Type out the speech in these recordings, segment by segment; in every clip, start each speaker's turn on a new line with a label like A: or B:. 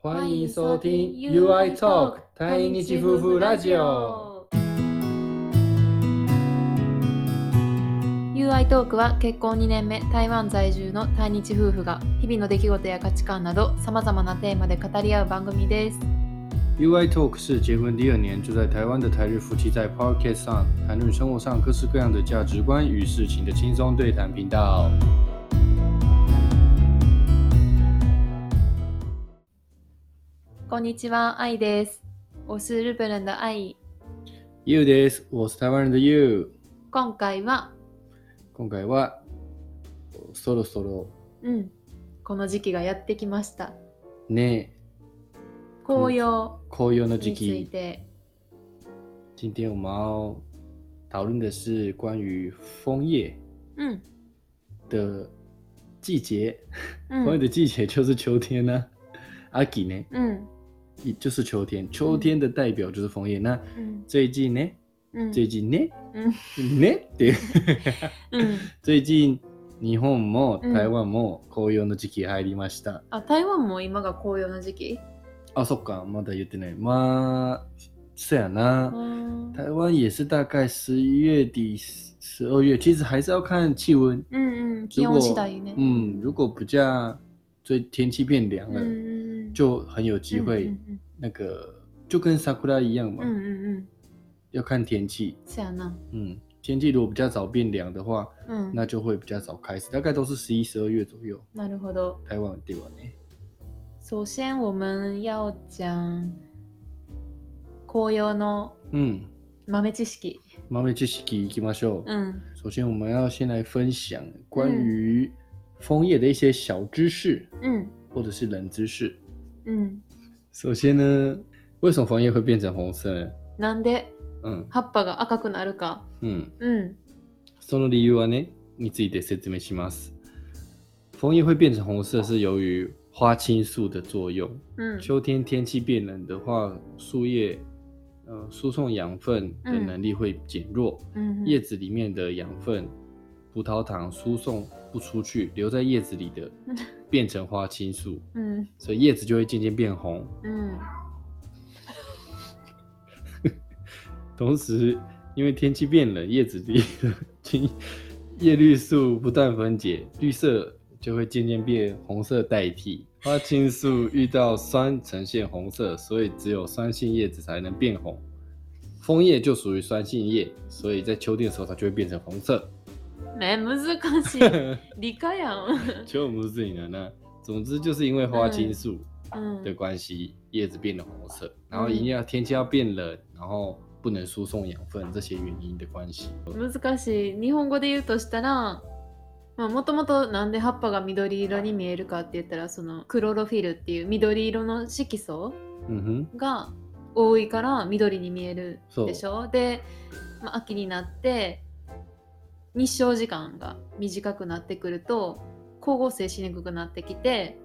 A: 欢迎收听 UI Talk 台日夫婦ラジオ。
B: UI トークは結婚2年目台湾在住の対日夫婦が日々の出来事や価値観などさまざまなテーマで語り合う番組です。
A: UI Talk 是结婚第二年就在台湾的台日夫妻在 Podcast 上谈论生活上各式各样的价值观与事情的轻松对谈频道。
B: こんにちは、愛です。我是日本人的愛。
A: You です。我是台湾人的 You。
B: 今回は、
A: 今回はそろそろ
B: うん、この時期がやってきました。
A: ね
B: 紅葉
A: 紅葉の時
B: につい
A: 期。
B: て。
A: 今天我们要讨论的是关于枫叶
B: うん、
A: 的季节。
B: う
A: 枫叶
B: ん、
A: 的季节就是秋天呢、啊， 秋呢，
B: うん、
A: 也就是秋天。秋天的代表就是枫叶。那
B: うん、
A: 最近呢？
B: うん、
A: 最近ね、
B: う ん
A: ねっていう
B: うん。
A: 最近日本も
B: うん
A: 台湾も紅葉の時期入りました、
B: あ、台湾も今が紅葉の時期
A: あそっかまだ言ってないまあそや
B: あ
A: な、
B: ー
A: 台湾也是大概十一月底十二月其实还是要看气温
B: うんうん、気温次第ね。
A: 嗯如果不加最天气变凉
B: うん
A: 了、
B: うん、
A: 就很有机会、
B: うん
A: 那个就跟 sakura 一样嘛、
B: うんうん、うんうんうん、
A: 要看天气
B: そやな。
A: 嗯天气如果比较早变凉的话
B: うん、
A: 那就会比较早开始大概都是十一十二月左右
B: なるほど。
A: 台湾对吧？呢，
B: 首先我们要讲紅葉の
A: 嗯，
B: 豆知識。
A: 妈咪知识行きましょう。
B: うん、
A: 首先，我们要先来分享关于枫叶的一些小知识
B: うん、
A: 或者是冷知识。
B: うん。
A: 首先呢，为什么枫叶会变成红色呢？
B: なんで
A: 嗯
B: 葉っぱが赤くなるか。
A: 嗯，
B: うん、
A: その理由はね、について説明します。枫叶会变成红色是由于花青素的作用。
B: うん、
A: 秋天天气变冷的话，树叶呃输送养分的能力会减弱。
B: うん、
A: 叶子里面的养分、葡萄糖输送不出去，留在叶子里的
B: 嗯
A: 变成花青素，
B: うん、
A: 所以叶子就会渐渐变红。
B: うん、
A: 同时，因为天气变冷，叶子里的青叶绿素不断分解，绿色就会渐渐变红色代替。花青素遇到酸呈现红色，所以只有酸性叶子才能变红。枫叶就属于酸性叶，所以在秋天的时候它就会变成红色。
B: ね、難 しい。理科やん。
A: 就不是自己人呢。总之就是因为花青素
B: うん
A: 的关系，叶子变得红色，然后一定要天气要变冷，然后不能输送养分这些原因的关系。
B: 難しい日本語で言うとしたらもともとなんで葉っぱが緑色に見えるかって言ったらそのクロロフィルっていう緑色の色素
A: 嗯哼，
B: が多いから緑に見える
A: そう
B: でしょで、まあ、秋になって日照時間が短くなってくると光合成しにくくなってきて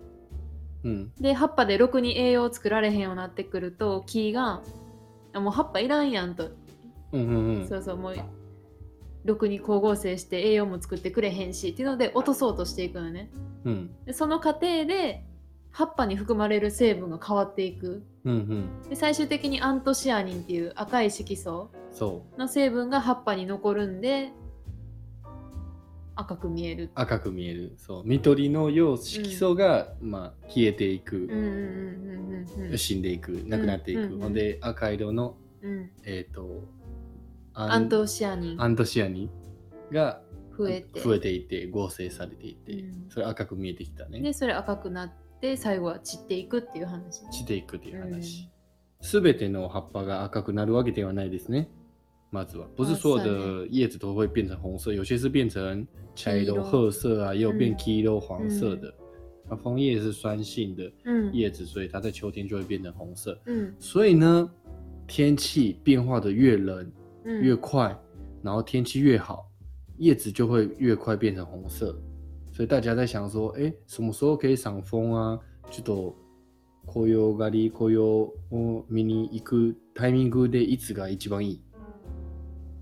A: 嗯，
B: で葉っぱでろくに栄養を作られへんようになってくると木があもう葉っぱいらんやんと
A: 嗯嗯
B: そ
A: 嗯，
B: うそうもうろくに光合成して栄養も作ってくれへんしっていうので落とそうとしていくのね
A: 嗯
B: でその過程で葉っぱに含まれる成分が変わっていく
A: 嗯嗯，
B: で最終的にアントシアニンっていう赤い色素
A: そう
B: の成分が葉っぱに残るんで赤く見える
A: 赤く見える。そう緑のよう色素が、まあ消えていく
B: うん、うんうんうんうん
A: 死んでいく、なくなっていく。
B: うん
A: ほんで赤色の
B: うん
A: えっ、と
B: ア
A: ア
B: ントシアニン
A: アントシアニンが
B: 増えて
A: 増えていて合成されていて、
B: うん
A: それ赤く見えてきたね
B: でそれ赤くなって最後は散っていくっていう話
A: 散っていくという話すべ、全ての葉っぱが赤くなるわけではないですねまずは不是所有的叶子都会变成红色有些是变成茶
B: 黄
A: 色
B: 色
A: 褐色啊也有变黄色黄色的那枫叶是酸性的
B: うん
A: 叶子所以它在秋天就会变成红色
B: うん
A: 所以呢天气变化的越冷
B: うん
A: 越快，然后天气越好，叶子就会越快变成红色。所以大家在想说，哎，什么时候可以赏枫啊？ちょっと紅葉狩り、紅葉を見に行くタイミングでいつが一番いい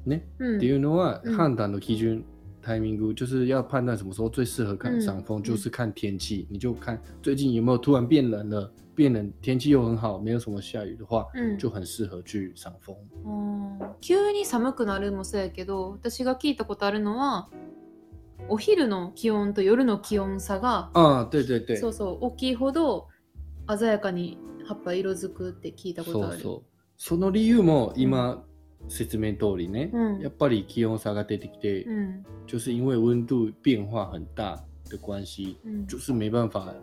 A: ね、
B: うん嗯
A: っていうのは
B: うん
A: 判断の基準タイミング，就是要判断什么时候最适合看
B: 嗯
A: 赏枫，
B: 嗯
A: 就是看天气。你就看最近有没有突然变冷了，变冷天气又很好，没有什么下雨的话，
B: うん
A: 就很适合去赏枫。
B: うん急に寒くなるもそうやけど私が聞いたことあるのはお昼の気温と夜の気温差が
A: 啊，对对对，
B: そうそう大きいほど鮮やかに葉っぱ色づくって聞いたこ
A: そ
B: とあ
A: う
B: る。
A: そう。その理由も今説明通りね、
B: うん
A: やっぱり気温差が出てきて、
B: うん
A: 就是因为温度变化很大的关系，
B: うん
A: 就是没办法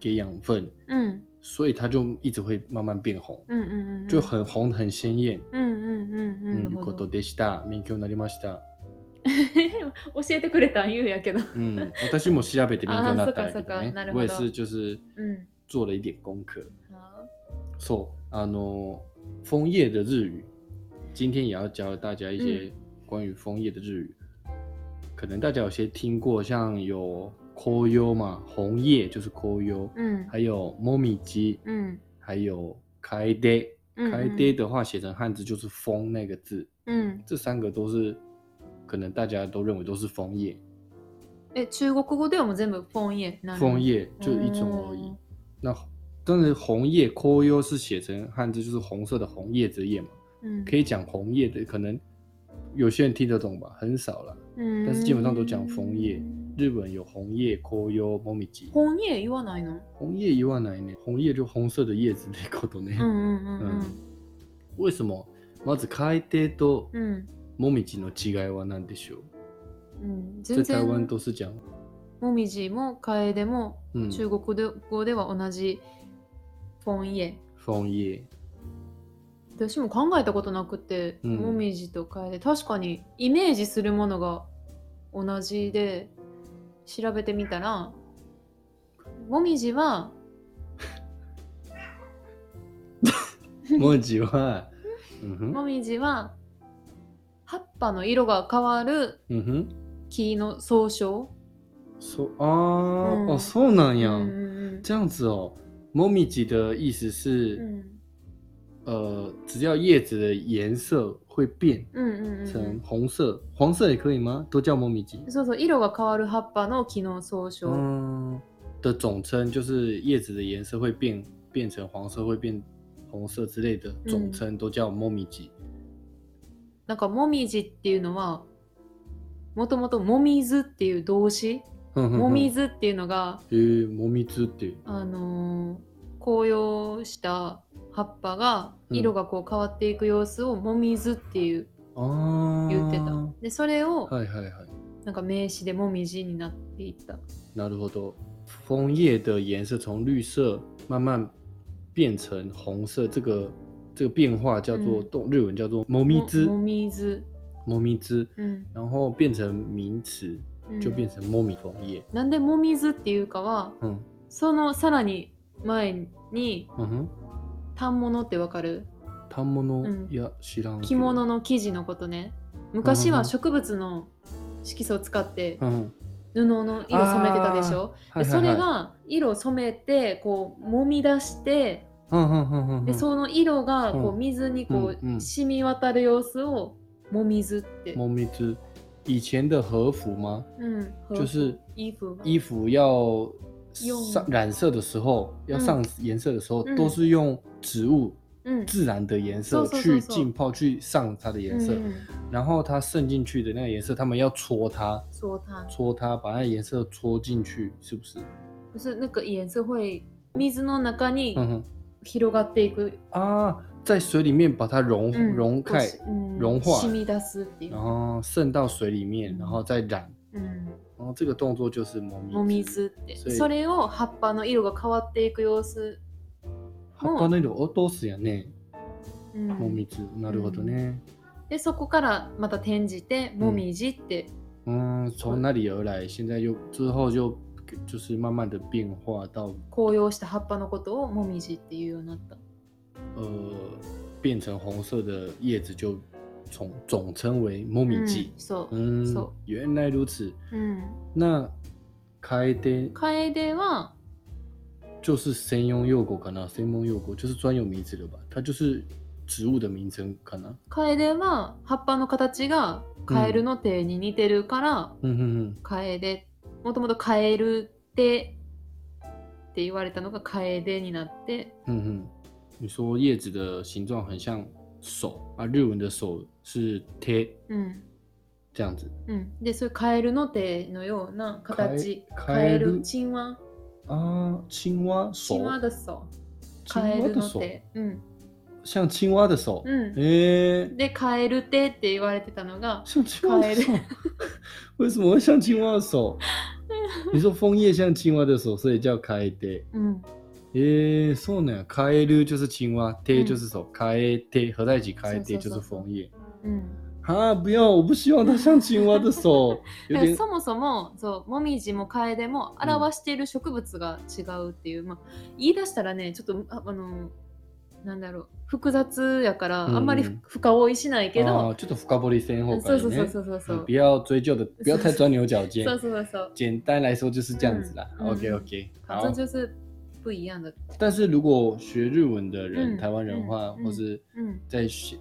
A: 给养分，
B: うん
A: 所以它就一直会慢慢变红，
B: うんうんうんうん
A: 就很红很鲜艳。
B: うんうんう
A: 嗯，
B: んうんなる
A: いうこ
B: ほど
A: とでした。勉強になりま した。
B: 教えてくれたん言うやけど。
A: 嗯，私も調べて勉強になったんやけど
B: あーそっかそっか
A: ね
B: な。るほ
A: 我
B: ど
A: 也是就是
B: うん。
A: 做了一点功课。
B: 好
A: そう、あの啊枫叶的日语，今天也要教大家一些关于枫叶的日语。可能大家有些听过，像有 koyo 嘛，红叶就是 koyo，
B: うん
A: 还有 momiji，
B: うん
A: 还有 kaide。
B: うんうん
A: kaide 的话写成汉字就是枫那个字，
B: うん
A: 这三个都是可能大家都认为都是枫叶，
B: え中国語ではもう全部フォンイエなの
A: 枫叶就一种而已。那但是红叶 koyo 是写成汉字就是红色的红叶子叶嘛。
B: うん
A: 可以讲红叶的，可能有些人听得懂吧，很少了。
B: うん
A: 但是基本上都讲枫叶日本有红叶、紅葉、モミジ。
B: フォンイエ言わないの
A: 红叶一万来年，红叶就红色的叶子那个懂呢。
B: うんうんうんうん
A: 为什么？まず海底と
B: うん
A: モミジの違いは何でしょう？
B: うん
A: 在
B: 全
A: 台湾
B: 然
A: 都是讲，
B: もみじもカエデも
A: 嗯，
B: 中国語では同じフォンイエ
A: 枫 叶。
B: 私も考えたことなくて、
A: うん
B: もみじとかで確かにイメージするものが同じで調べてみたらもみじは
A: 文字は、嗯哼，
B: もみじは葉っぱの色が変わる
A: 嗯哼，
B: 木の総称
A: そう啊
B: 嗯
A: 哦，そうなん
B: うん
A: や
B: う。ん
A: 这样子哦，モミジ的意思是。
B: うん
A: 呃，只要叶子的颜色会变
B: うんうんうんう
A: 成
B: ん
A: 红色，黄色也可以吗？都叫莫米吉。
B: そうそう色が変わる葉っぱの木の総称、
A: 嗯，的总称就是叶子的颜色会变变成黄色，会变红色之类的总称都叫莫米吉。
B: なんかもみじっていうのはもともともみずっていう動詞も
A: 莫
B: みずっていうのが
A: 嗯诶，莫米兹对，
B: あのー紅葉した葉っぱが
A: うん
B: 色がこう変わっていく様子をもみずっていう
A: 哦，
B: 言ってた。でそれを
A: 嗨嗨嗨，
B: なんか名詞でもみじになっていった。
A: なるほど。枫叶的颜色从绿色慢慢变成红色，这个这个变化叫做
B: 嗯
A: 动、日文叫做莫米兹
B: ももみず。
A: 莫米兹。
B: うん。
A: 然后变成名词，
B: うん
A: 就变成莫米枫叶。
B: なんでもみずっていうかは
A: 嗯
B: そのさらに前に
A: 嗯哼，
B: 反物ってわかる
A: 他们呢
B: 嗯
A: 也知らんけど。
B: 着物の生地のことね。昔は植物の色素を使って
A: 嗯，
B: 布の色染めてたでしょ
A: はいはいは
B: で
A: い
B: それが色を染めてこう揉み出して
A: 嗯嗯嗯嗯，
B: でその色がこ
A: う
B: うん水にこ
A: うんうん
B: う染み渡る様子をもみずって。
A: 莫米之，以前的和服吗？
B: うん、
A: 就是
B: 衣服が
A: 衣服要
B: 用
A: 上染色的时候，要
B: 嗯
A: 上颜色的时候，
B: 嗯
A: 都是用植物
B: うん
A: 自然的颜色
B: 嗖嗖嗖
A: 去
B: 嗖
A: 浸泡去上它的颜色，
B: うん
A: 然后它渗进去的那个颜色，他们要搓它，
B: そうたん
A: 搓它，把那个颜色搓进去，是不是？
B: 就是那个颜色会水の中に
A: 嗯哼。
B: 広がっていく、
A: 啊，在水里面把它融、
B: うん
A: 融
B: こう
A: 开，
B: しうん
A: 融化
B: 染み出すっていう
A: 然、后渗到水里面，
B: 嗯
A: 然后再染，
B: うん、
A: 然后这个动作就是磨米。
B: もみ。ずって
A: そ
B: そ
A: れ
B: れを葉っぱの色が変わっていく様子、
A: 葉っぱの色を落とすやね。
B: うん
A: もみず。なるほどね。
B: でそこからまた転じてもみじって、
A: 嗯，从那里而来，现在又之后就就是慢慢的变化到
B: 紅葉した葉っぱのことをもみじっていうようになった。
A: 呃变成红色的叶子，就总总称为莫米季
B: うん。そう。
A: 嗯
B: そう，
A: 原来如此。
B: うん。
A: 那开的
B: 楓は、
A: 就是専用用語かな，専門用語就是专有名词了吧？它就是植物的名称かな。
B: カエデは葉っぱの形がカエルの手に似てるから、
A: うんうんうん。
B: カエデもともとカエル手って言われたのがカエデになって
A: 嗯哼，你说叶子的形状很像手啊，日文的手是贴
B: うん
A: 这样子。
B: うんでそれカエルの手のような形
A: カエカ
B: カエ
A: エ
B: ル
A: ル
B: チンワ
A: 啊，青蛙手
B: チン，ワだそう
A: 青
B: カエ
A: 蛙
B: ル
A: 的
B: の
A: 手，
B: 手嗯うん
A: 像青蛙的手。
B: うん
A: 诶、
B: でカエル手って言われてたのが
A: 像青蛙的手
B: カ，
A: 为什么会像青蛙的 手？你说枫叶像青蛙的手，所以叫カエデ。
B: うん
A: 诶、そうね。カエル就是青蛙，贴
B: 嗯
A: 就是手，カエデ合在一起，カエデ
B: そう
A: 就
B: そうそう
A: 是枫叶。
B: うん
A: 啊，不要，我不希望它像青蛙的 手，有
B: だから
A: 点
B: そもそもそうモミジもカエデも表している植物が違うっていう、まあ、言い出したらねちょっとああのなんだろう複雑やから
A: うん
B: あんまりふ、深追いしないけど、
A: 啊、ちょっと深掘りせん方
B: そ
A: が
B: う
A: いい
B: そうそう
A: ね。
B: そうそうそ
A: 嗯
B: う
A: 不要追究的，不要太钻牛角尖
B: そ。うそうそう
A: 简单来说就是这样子啦。
B: 嗯
A: OK
B: 嗯
A: OK，好
B: カ。ズジョス不一样的
A: 但是如果学日文的人，
B: 嗯
A: 台湾人的话，
B: 嗯
A: 或是
B: 嗯
A: 在学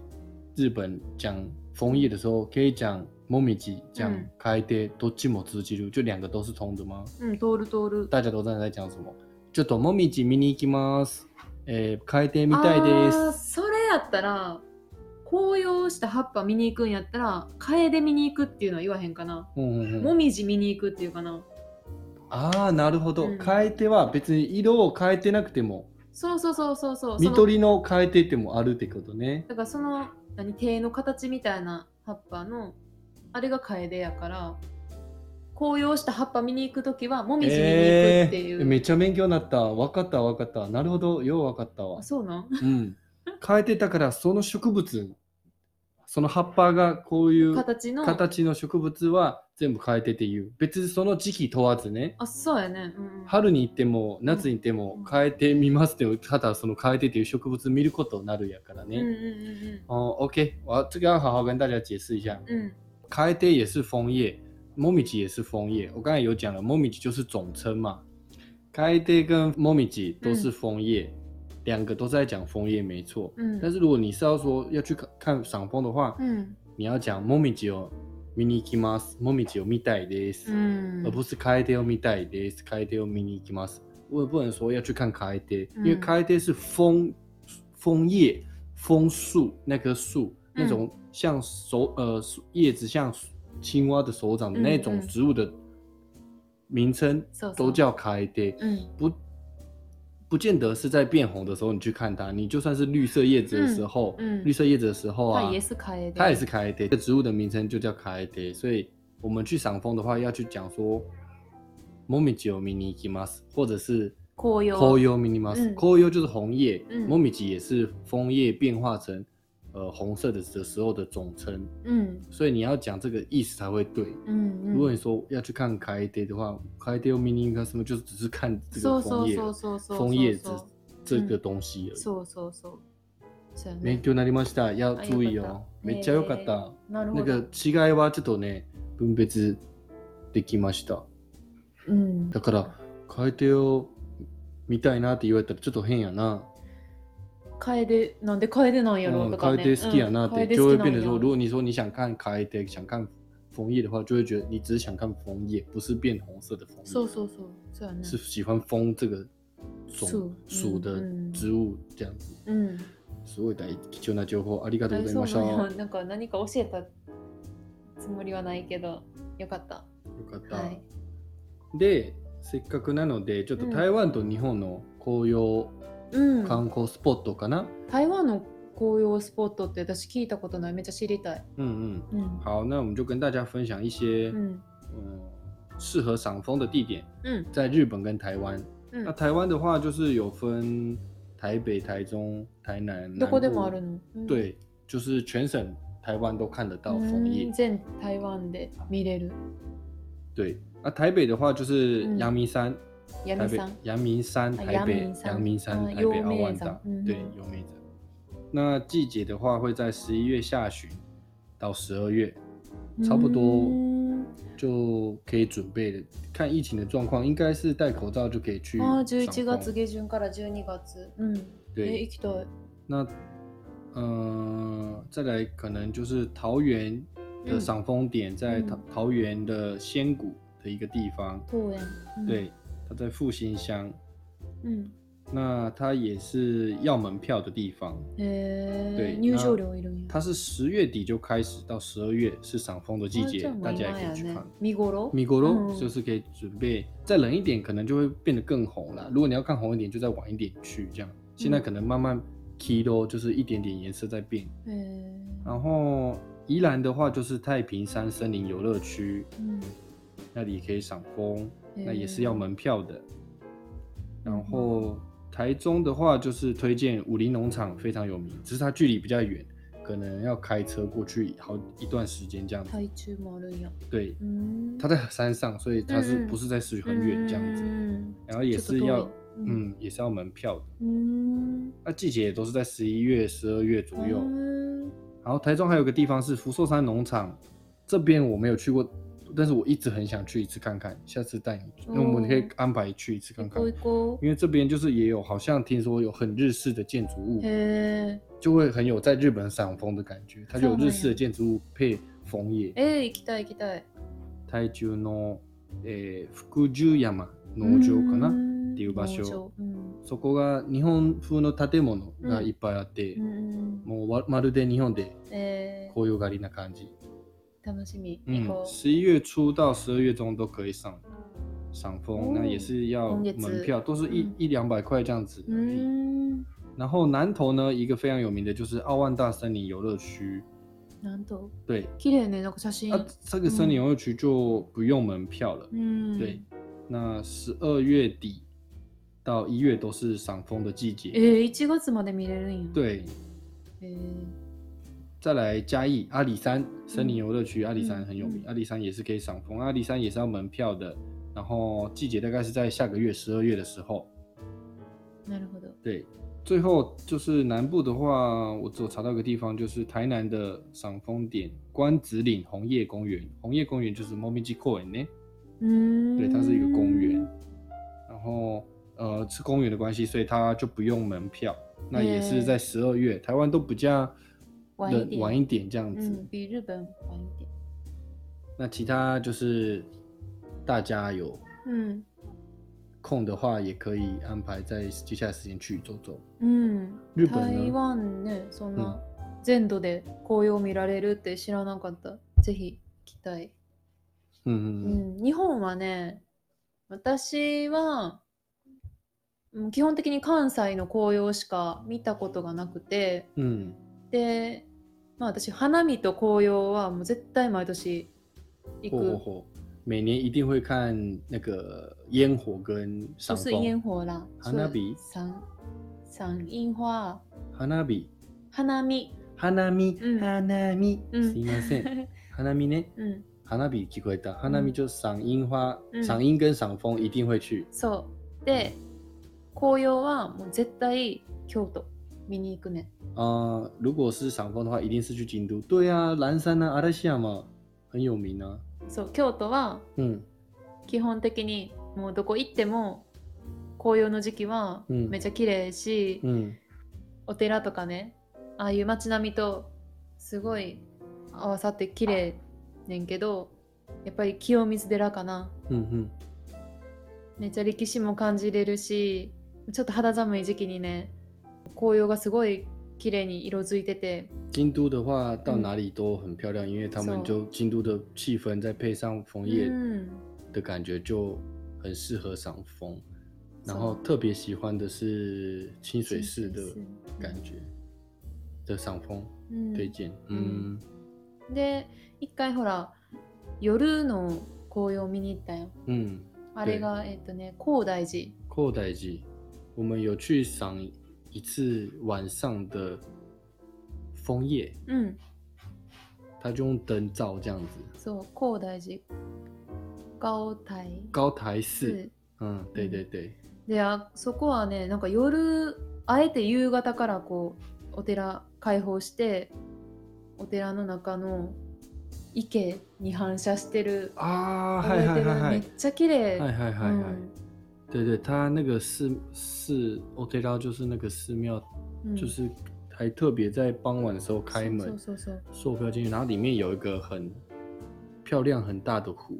A: 日本讲枫叶的时候，可以讲モミジ、讲
B: 嗯
A: 开爹，都寂寞之记录，就两个都是通的吗？
B: うん通る通る
A: 大家都知道在讲什么？ちょっとモミジ見に行きます。えー、開店み
B: あ
A: たいで
B: ー
A: す。
B: それやったら紅葉した葉っぱ見に行くんやったらカエデ見に行くっていうのは言わへんかな、
A: うんうんうん
B: モミジ見に行くっていうかな
A: ああ、なるほど。
B: うん
A: 変えては別に色を変えてなくても、
B: そうそうそうそうそうその
A: 緑の変えててもあるってことね。
B: だからその何手の形みたいな葉っぱのあれがカエデやから紅葉した葉っぱ見に行く時はモミジ見に行くってい
A: えー
B: う、
A: めっちゃ勉強になった。わかったわかった。なるほど。ようわかったわ
B: あ。そうなん
A: うん。変えてたから、その植物、その葉っぱがこういう
B: 形の
A: 形の植物は全部変えてっていう。別にその時期問わずね。
B: あそうやね、うんうん、
A: 春に行っても夏に行っても
B: うん
A: 変えてみますって、ただその変えてっていう植物見ることになるやから
B: うんうん
A: ね。哦，OK，我要这个要好好跟大家解释一下。
B: うんうん
A: 开爹也是枫叶，莫米吉也是枫叶。我刚才有讲了，莫米吉就是总称嘛。开爹跟莫米吉都是枫叶，两、个都是在讲枫叶，没错。
B: うん
A: 但是如果你是要说要去看看赏枫的话，
B: うん
A: 你要讲莫米吉哦，見に行きます。莫米吉を見たいです，
B: うん
A: 而不是开爹を見たいです。开爹を見に行きます。我也不能说要去看开爹，
B: 嗯
A: 因为开爹是枫枫叶、枫树那棵树
B: 嗯
A: 那种像手呃叶子像青蛙的手掌的
B: 嗯
A: 那种
B: 嗯
A: 植物的名称
B: そうそう
A: 都叫开爹，
B: うん
A: 不不见得是在变红的时候你去看它，你就算是绿色叶子的时候，
B: 嗯嗯
A: 绿色叶子的时候
B: ま
A: 啊
B: あ、イエスカエデ
A: 它也是卡埃爹，这植物的名称就叫卡埃爹，所以我们去赏枫的话，要去讲说モミジを見に行きます，或者是
B: 紅葉
A: 紅葉を見に行きます。
B: 嗯
A: 紅葉就是红叶，
B: 嗯
A: モミジ也是枫叶变化成呃红色的的时候的总称，
B: うん
A: 所以你要讲这个意思才会对。
B: うんうん
A: 如果你说要去看卡埃爹的话，卡埃爹を見に行きます嘛，就是只是看这
B: そ
A: 个
B: うそ
A: 枫
B: う
A: 叶
B: そうそうそう
A: 枫叶
B: そう
A: 这这个东西而已。
B: そうそうそうそうやね
A: 勉強になりました。要
B: あ
A: 注意
B: よか
A: 哦
B: っ，た
A: めっちゃ良かっ
B: へ
A: た。
B: ーなるほ
A: 那
B: ど
A: 个違いはちょっとね分別できました
B: うん
A: だから変えてを見たいなって言われたらちょっと変やな、
B: カエデなんでカエデなんやろ
A: 嗯
B: うとか、
A: 変
B: ね、
A: えて好きやなっ
B: うん
A: て就会变得说
B: 楓好きなんや
A: 如果你说你想看変えて想看枫叶的话就会觉得你只是想看枫叶不是变红色的枫叶
B: そうそうそうそうやね
A: 是喜欢枫这个属
B: 树
A: 属的
B: 嗯嗯
A: 植物这样子
B: うん
A: すごい大貴重な情報ありがとうござい
B: そ
A: ま
B: う
A: した
B: なん
A: よ
B: やなんか何か教えたつもりはないけどよかった
A: かった、
B: はい
A: でせっかくなのでちょっと
B: うん
A: 台湾と日本の紅葉
B: うん
A: 観光スポットかな、
B: 台湾の紅葉スポットって私聞いたことないめっちゃ知りたい
A: 嗯
B: うん
A: 嗯，好，那我们就跟大家分享一些
B: う，ん
A: 嗯，适合赏枫的地点，
B: うん
A: 在日本跟台湾。
B: う
A: 那
B: ん
A: 台湾的话，就是有分台北、台中、台南，
B: どこでもあ
A: 南部
B: るの、うん、
A: 对，就是全省台湾都看得到枫叶
B: うん。全台湾で見れる
A: 对，那台北的话就是
B: 嗯
A: 阳明山，
B: 闇
A: 台北
B: さん
A: 阳明山，
B: 啊
A: 台北
B: 阳明山
A: 阳明山，
B: 啊
A: 台北
B: 有
A: 奥
B: 妹
A: 万
B: 子
A: 大，
B: 嗯
A: 对，
B: 哼
A: 有妹子。那季节的话，会在十一月下旬到十二月，差不多
B: うん
A: 就可以准备了。看疫情的状况，应该是戴口罩就可以去赏
B: あ
A: 枫。
B: ー11月下旬から12月うんえ
A: 对，
B: 行きたい
A: 那嗯、再来可能就是桃园的
B: 嗯
A: 赏枫点，在
B: 嗯
A: 桃桃园的仙谷的一个地方，
B: 公園。うん、
A: 对，它在复兴乡，
B: うん。
A: 那它也是要门票的地方，
B: へ
A: 对
B: え。入場料いるんや。
A: 它是十月底就开始，到十二月是赏枫的季
B: あじ
A: 节
B: ゃあ，も
A: 大家
B: う今
A: 也可
B: や
A: 以去
B: ね
A: 看。。
B: 見頃
A: 米国咯，
B: 嗯
A: 就是可以准备再冷一点，可能就会变得更红了。如果你要看红一点，就再晚一点去这样。现在可能慢慢 kilo 就是一点点颜色在变。
B: へえ。
A: 然后宜兰的话，就是太平山森林游乐区，
B: うん。
A: 那里可以赏枫，
B: へえ
A: 那也是要门票的。
B: 嗯
A: 然后台中的话，就是推荐武林农场非常有名，只是它距离比较远，可能要开车过去好一段时间这样子。
B: 台中もあるんや。
A: 对，
B: うん。
A: 它在山上，所以它是
B: 嗯嗯嗯嗯
A: 不是在市区很远这样子？
B: うん
A: 然后也是要，
B: うん。
A: 嗯，也是要门票的。
B: うん。
A: 那季节也都是在十一月、十二月左右。
B: 嗯うん
A: 然后台中还有个地方是福寿山农场，这边我没有去过，但是我一直很想去一次看看，下次带你去，那、
B: 哦
A: 我们可以安排去一次看
B: 行
A: 看
B: こ。う行こ
A: 因为这边就是也有，好像听说有很日式的建筑物
B: う。，へえ。
A: 就会很有在日本赏枫的感觉。它就有日式的建筑物配枫叶。
B: えー、行きたい行きたい。
A: 台中の、えー福寿山農場かな。
B: ん
A: っていう場所
B: 農場うん。
A: そこが日本風の建物がいっぱいあって、
B: うん。
A: もうわまるで日本で
B: え
A: 紅葉狩りな感じ。
B: ー、楽しみ。
A: 嗯
B: 行，こ
A: 十一月初到十二月中都可以赏赏
B: 哦
A: 枫，那也是要
B: 红叶子
A: 门票，都是一
B: 嗯
A: 一两百块这样子
B: う。うん。
A: 然后南投呢，一个非常有名的就是奥万大森林游乐区，
B: なんと。
A: 对，
B: 綺麗ね、なんか写真。
A: 啊，这个森林游乐区就不用门票了。
B: うん。
A: 对。，那十二月底到一月都是赏枫的季
B: え
A: 节。
B: ー、1月まで見れるんや。。
A: 对，
B: えー、
A: 再来嘉义阿里山森林游乐区，阿里山
B: 嗯
A: 很有名
B: 嗯，
A: 阿里山也是可以赏枫，阿里山也是要门票的。然后季节大概是在下个月十二月的时候。
B: なるほど。
A: 对，最后就是南部的话，我只有查到一个地方，就是台南的赏枫点关子岭红叶公园。红叶公园就是 Momiji k o e n 呢，
B: うーん。
A: 对，它是一个公园。
B: 嗯
A: 然后呃，是公园的关系，所以它就不用门票。那也是在十二月，台湾都比较
B: 晚一
A: 冷
B: 点嗯
A: 晚一点这样子。
B: うん、比日本はいいで。
A: 那其他就是大家有
B: うん。
A: 空的话，也可以安排在接下来时间去走走。
B: うん。
A: 日本
B: 台
A: 呢？
B: 湾ね、そん
A: う
B: な全土で紅葉見られるって知らなかった。ぜひ行きたい。
A: 嗯嗯
B: う
A: 嗯，
B: ん、日本はね、私はうん基本的に関西の紅葉しか見たことがなくて、
A: 嗯，
B: で、まあ私、花見と紅葉はもう絶対毎年行
A: 嚯嚯
B: く。
A: 嚯！每年一定会看那个烟火跟
B: 不
A: 赏
B: 是烟
A: 枫。
B: 火啦，
A: 花火
B: 赏赏樱花、
A: 花火，
B: 花見。
A: 花見
B: 嗯，
A: 花見，
B: 嗯
A: すいませ ん。花見呢？
B: うん、
A: 花火聞こえた。花見就赏樱花，
B: 嗯
A: 赏樱跟赏枫一定会去。
B: そう。で、紅葉はもう絶対京都見に行くね。
A: 啊，如果是赏枫的话，一定是去京都。对啊，蓝山啊，阿拉西亚嘛，很有名啊。
B: そう、京都は
A: 嗯
B: 基本的にもうどこ行っても紅葉の時期は
A: うん
B: めっちゃ綺麗し、
A: 嗯。
B: お寺とかね、ああいう街並みとすごい合わさって綺麗ねんけど、やっぱり清水寺かな。
A: 嗯嗯
B: めっちゃ歴史も感じれるしちょっと肌寒い時期にね紅葉がすごい綺麗に色づいてて
A: 京都的话，到哪里都很漂亮，因为他们就京都的气氛，再配上枫叶
B: うん
A: 的感觉，就很适合赏枫。然后特别喜欢的是清水寺的感觉的赏枫
B: うん
A: 推荐。嗯，
B: で一回ほら夜の紅葉を見に行ったよ
A: 嗯，
B: あれがえっとね高大寺
A: 阔代记，我们有去赏一次晚上的枫叶，
B: うん
A: 它就用灯照这样子。
B: そう高大寺高台
A: 高台寺，嗯，对对对，
B: であそこはねなんか夜あえて夕方からこうお寺開放してお寺の中の池に反射してる
A: 啊，
B: 覚
A: 嗨
B: え
A: 嗨
B: てる
A: 嗨
B: め
A: 嗨
B: っ。ちゃ綺麗、
A: 嗨嗨
B: う
A: 嗨嗨！
B: ん
A: 哦对对，他那个寺寺，我对到就是那个寺庙，
B: うん
A: 就是还特别在傍晚的时候开
B: そう
A: 门，
B: そうそう
A: 售票进去，然后里面有一个很漂亮很大的湖，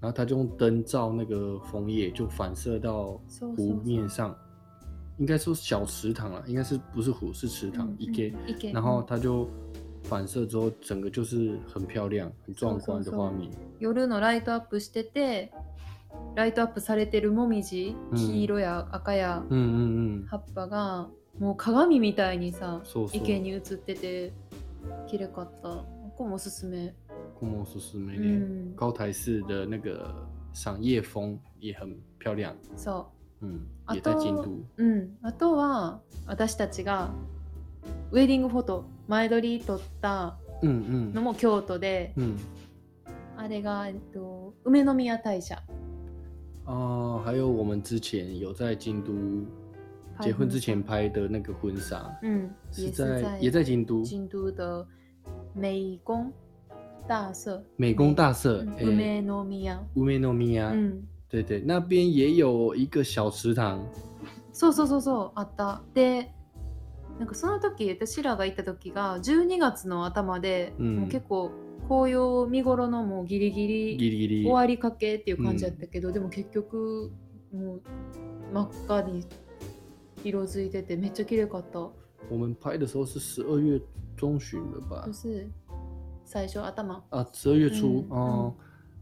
A: 然后他就用灯照那个枫叶，就反射到
B: そうそうそう
A: 湖面上。应该说小池塘了，应该是不是湖是池塘，一
B: 池
A: 给、
B: 塘、池
A: 然后它就反射之后，整个就是很漂亮、很壮观的画面。
B: 夜のライトアップしててライトアップされてるもみじ
A: うん
B: 黄色や赤や
A: 嗯嗯嗯，
B: 葉っぱがもう鏡みたいにさ
A: そうそう。
B: 池に映ってて綺麗かったここもおすすめ、
A: このおすすめ
B: う
A: で
B: ん、
A: 高台市的那个赏夜枫也很漂亮，
B: そ
A: 嗯，
B: あと
A: 也在京都。
B: ううんあとは私たちがウェディングフォト前撮り撮った
A: 嗯
B: の
A: 嗯
B: も京都で、
A: 嗯，
B: あれが、えっと、梅宮大社
A: 哦、还有我们之前有在京都结婚之前拍的那个婚纱，
B: うん、
A: 是在也在京都
B: 京都的美工大社，
A: 美工大社，哎
B: 嗯
A: 诶
B: 梅诺米亚，
A: 乌梅诺米亚，
B: 嗯，
A: 对对，那边也有一个小池塘，
B: そうそうそうそうあった。で、なんかその時私らが行った時が12月の頭で、
A: うん
B: もう結構紅葉見頃のもうギリギ
A: ギ
B: リ
A: リギリ
B: 終わりかけっていう感じだったけど、でも結局もう真っ赤に色づいててめっちゃ綺麗かった。
A: 我们拍的时候是十二月中旬了吧
B: 就？是最初頭。
A: 啊，十二月初
B: 嗯
A: 哦、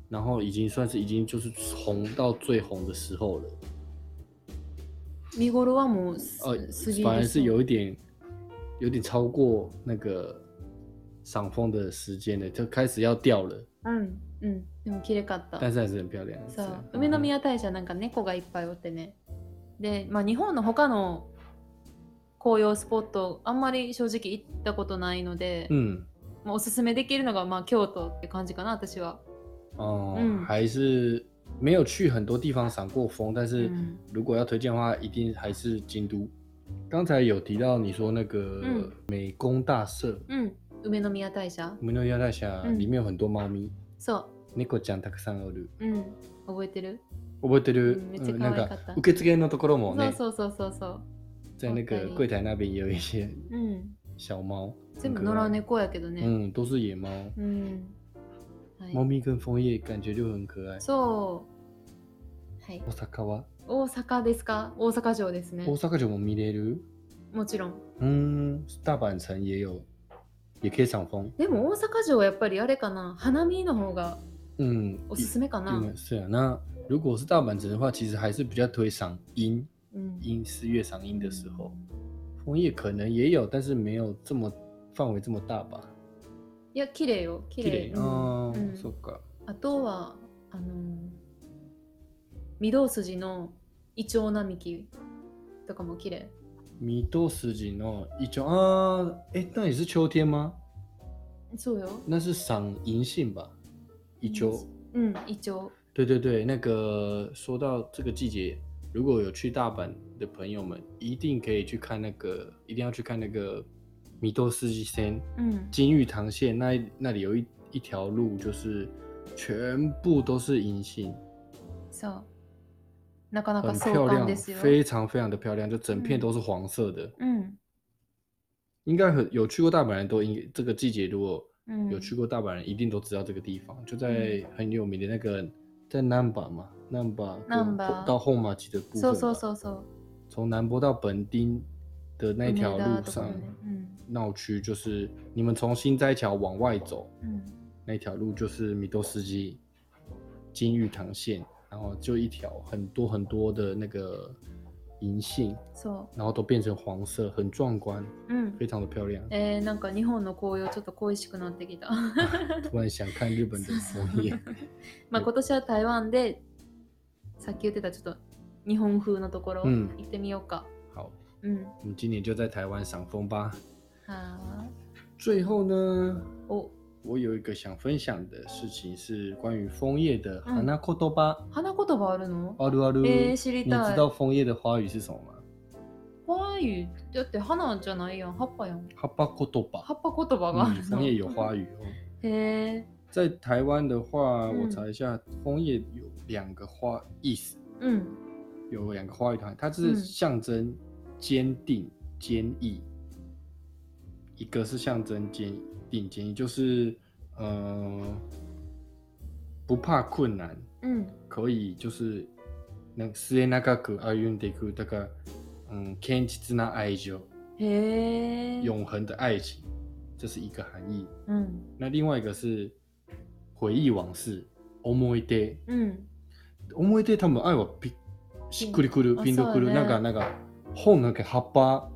A: 然后已经算是已经就是红到最红的时候了，
B: 見頃はもうす
A: 呃
B: 過ぎ，
A: 反而
B: る
A: 是有一点有点超过那个赏枫的时间了，就开始要掉了，
B: うんうんでも綺麗かった
A: 但是还是很漂亮。是
B: さ
A: 啊
B: あ梅宮大社なんか猫がいっぱいおってねで、まあ、日本の他の紅葉スポットあんまり正直行ったことないので、
A: 嗯
B: まあおすすめできるのがまあ京都って感じかな私は、
A: 哦、
B: 嗯
A: 还是没有去很多地方赏过枫，但
B: う
A: 是
B: ん、
A: 如果要推荐的话，一定还是京都。刚才有提到你说那个
B: 嗯
A: 美工大社，
B: うん、梅宮大社
A: 我们的腰带下
B: 嗯
A: 里面有很多猫咪，
B: そ
A: 猫ちゃんたくさんおる。
B: う、うん、覚えてる
A: 覚えてる
B: 嗯？めっちゃ
A: 嗯，
B: 可
A: 那
B: 愛
A: 个
B: かった
A: 受付のところもね，
B: そうそうそうそうそう
A: 在那个柜台那边也有一些
B: うん
A: 小猫，
B: 全部
A: 很可
B: 野
A: 爱
B: 良。猫やけどね
A: 嗯，都是野猫，
B: うん、はい
A: 猫咪跟枫叶感觉就很可爱。
B: そう。はい。
A: 大阪は
B: 大阪ですか大阪城ですね
A: 大。阪城も見れる？
B: もちろん。
A: 嗯，大阪城也有，也可以赏枫。
B: でも大阪城はやっぱりあれかな花見の方が
A: 嗯，
B: おすすめかな。
A: 因为是啊。那如果是大阪城的话，其实还是比较推赏樱，
B: うん。
A: 樱四月赏樱的时候。枫叶可能也有，但是没有这么范围这么大吧。哦
B: いや、綺麗よ。綺麗。
A: あ
B: うん
A: あ、そっか。
B: あとは、あのー、御堂筋のイチョウ並木とかも綺麗。
A: 米豆十几呢？哦一九啊，哎，那也是秋天吗？
B: そうよ。
A: 那是赏银杏吧？一九，
B: うん、イチョウ。
A: 对对对，那个说到这个季节，如果有去大阪的朋友们，一定可以去看那个，一定要去看那个米豆四季山
B: うん。
A: 金玉堂线那一那里有一一条路，就是全部都是银杏。
B: そう。なかなか
A: 很
B: 壮
A: 漂
B: 観
A: 亮
B: です，よ。
A: 非常非常的漂亮，就整片
B: 嗯
A: 都是黄色的。
B: うん。
A: 应该很有去过大阪人都应这个季节，如果
B: うん、
A: 有去过大阪人，一定都知道这个地方，就在很有名的那个在南波嘛，南波
B: 难波
A: 到后马吉的部
B: そ
A: 分
B: う
A: 嘛，
B: そうそうそう。
A: 从南波到本町的那条
B: 梅田
A: 路
B: と
A: 上
B: かもねうん
A: 闹区，就是你们从新斋桥往外走
B: うん
A: 那条路就是米多斯基金玉堂线，然后就一条很多很多的那个银杏。
B: そ
A: 然后都变成黄色，很壮观，
B: う。うん。
A: 非常的漂亮。
B: えー、なんか日本の紅葉ちょっと恋しくなってきた。
A: 突然想看日本 的枫叶，
B: まあ今年は台湾で、さっき言ってたちょっと日本風のところ
A: うん
B: 行ってみようか。
A: 好，
B: うん。
A: 我们今年就在台湾赏枫吧。
B: は
A: 最后呢，
B: ーお、
A: 我有一个想分享的事情是关于枫叶的
B: 嗯
A: “hana koto” 吧。
B: 花言葉あるの
A: 阿鲁阿鲁，
B: えー、
A: 你
B: 知り
A: 知
B: たい。
A: 道枫叶的花语是什么吗？
B: 花语だって花じゃないやん、葉っぱやん。
A: 哈巴 koto
B: 葉
A: 吧。
B: っぱ言葉があ
A: 嗯
B: る，
A: 枫叶有
B: の。
A: 花语哦。
B: へえ
A: 在台湾的话，
B: 嗯
A: 我查一下，枫叶有两个花意思，
B: ー。うん。
A: 有两个花语它它
B: 嗯
A: 是象征坚定、坚毅。一个是象征坚定坚毅，就是呃不怕困难，
B: うん
A: 可以就是なんか末永く歩んでいくだから、嗯，堅実な愛情，
B: へえ
A: 永恒的爱情，这是一个含义。
B: うん
A: 那另外一个是回忆往事，思い出。
B: うん
A: 思い出多分愛はピしっくりくる、
B: うんあ
A: ピンとく
B: そう
A: る、
B: ね
A: なんかなんか本なんか葉っぱ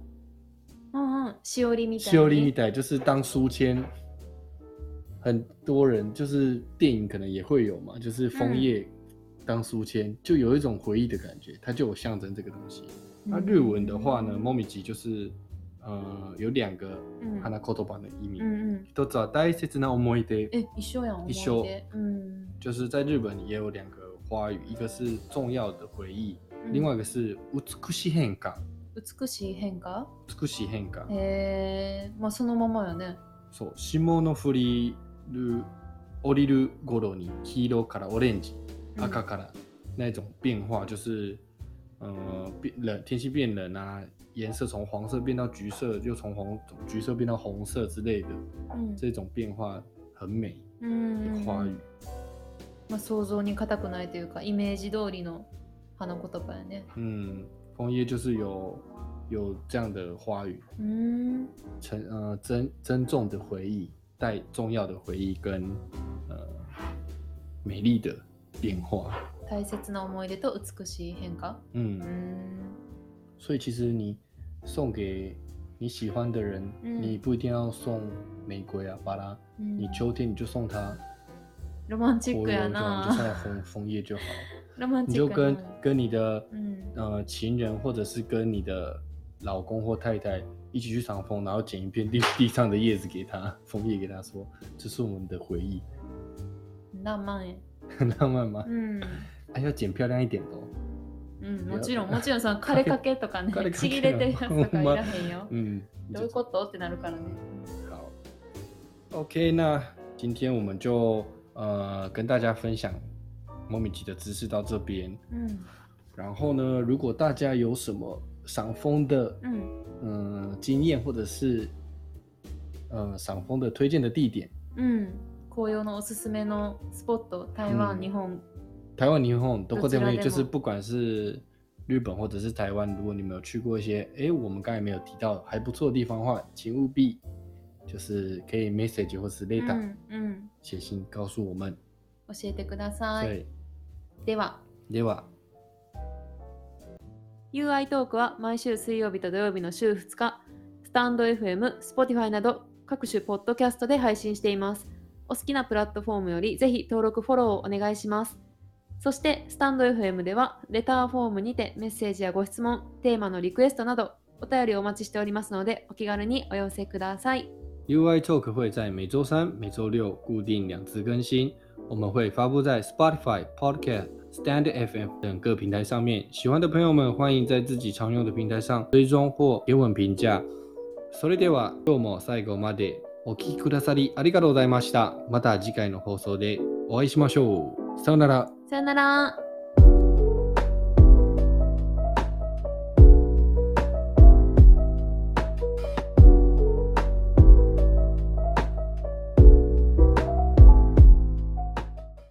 B: うんうんしおりみたい
A: し
B: なね
A: おりみたい，就是当书签，很多人就是电影可能也会有嘛，就是枫叶当书签，就有一种回忆的感觉，它就有象征这个东西。那日文的话呢，モミジ就是呃有两个
B: うん
A: 花言葉的意
B: うん
A: 味，
B: うん
A: 一つは大切な思い出，
B: え一緒やん
A: 一緒
B: 思い出うん
A: 就是在日本也有两个花语，一个是重要的回忆，
B: うん
A: 另外一个是美しい変化，
B: 美しい変化
A: 美しい変化。
B: へえまあそのままやね
A: そう霜の降りる降りる頃に黄色からオレンジ
B: うん
A: 赤から那种变化就是呃变冷天气变冷啊，颜色从黄色变到橘色，又从红橘色变到红色之类的，
B: うん
A: 这种变化很美。
B: うん
A: 花语
B: まあ想像に難くないというかイメージ通りの花言葉やね
A: 嗯，枫叶就是有有这样的花语，
B: うん
A: 沉呃珍珍重的回忆，带重要的回忆跟呃美丽的变化。
B: 大切な思い出と美しい変化
A: 嗯
B: う。ん
A: 所以其实你送给你喜欢的人，
B: 嗯
A: 你不一定要送玫瑰啊、巴拉，
B: うん
A: 你秋天你就送他
B: ロマンチッ
A: 火
B: クや
A: 油状，你就送他
B: な
A: 红枫叶就好，
B: ロマン
A: 你
B: チ
A: 就
B: ックや
A: 跟
B: な
A: 跟你的
B: うん
A: 呃情人或者是跟你的老公或太太一起去赏枫，然后捡一片地地上的叶子给他，枫叶给他说，这是我们的回忆，
B: 何万円
A: 很浪漫吗
B: う？ん
A: 还、要剪漂亮一点的哦。
B: うん、もちろんもちろんその枯れかけとかね
A: 枯れかけ
B: ちぎれてるやつとかいらへんよ、
A: 嗯，你
B: ど
A: 就
B: ういうことってなるからね
A: 好，OK，那今天我们就呃跟大家分享莫米吉的知识到这边。
B: うん
A: 然后呢，如果大家有什么赏枫的
B: うん
A: 嗯、呃经验，或者是呃赏枫的推荐的地点，
B: うん紅葉のおすすめのスポット台湾、
A: うん
B: 日本
A: 台湾霓虹都
B: ど
A: 会
B: ち
A: 这
B: ら
A: 边，
B: でも
A: 就是不管是日本或者是台湾，如果你们有去过一些诶我们刚才没有提到还不错的地方的话，请务必就是可以 message 或是
B: う
A: later、
B: ん、うん、
A: 写信告诉我们。
B: 教えてください
A: 对，
B: では
A: では。
B: UI トークは毎週水曜日と土曜日の週2日、スタンド FM、Spotify など各種ポッドキャストで配信しています。お好きなプラットフォームよりぜひ登録、フォローをお願いします。そして、スタンド FM ではレターフォームにてメッセージやご質問、テーマのリクエストなどお便りをお待ちしておりますので、お気軽にお寄せください。
A: UI Talk 会在每周三、每周六固定两次更新，我们会发布在 Spotify、Podcast、Stand FM 等各平台上面。喜欢的朋友们，欢迎在自己常用的平台上追踪或给我们评价。それでは今日も最後までお聞きくださりありがとうございました。また次回の放送でお会いしましょう。さようなら。
B: さよなら。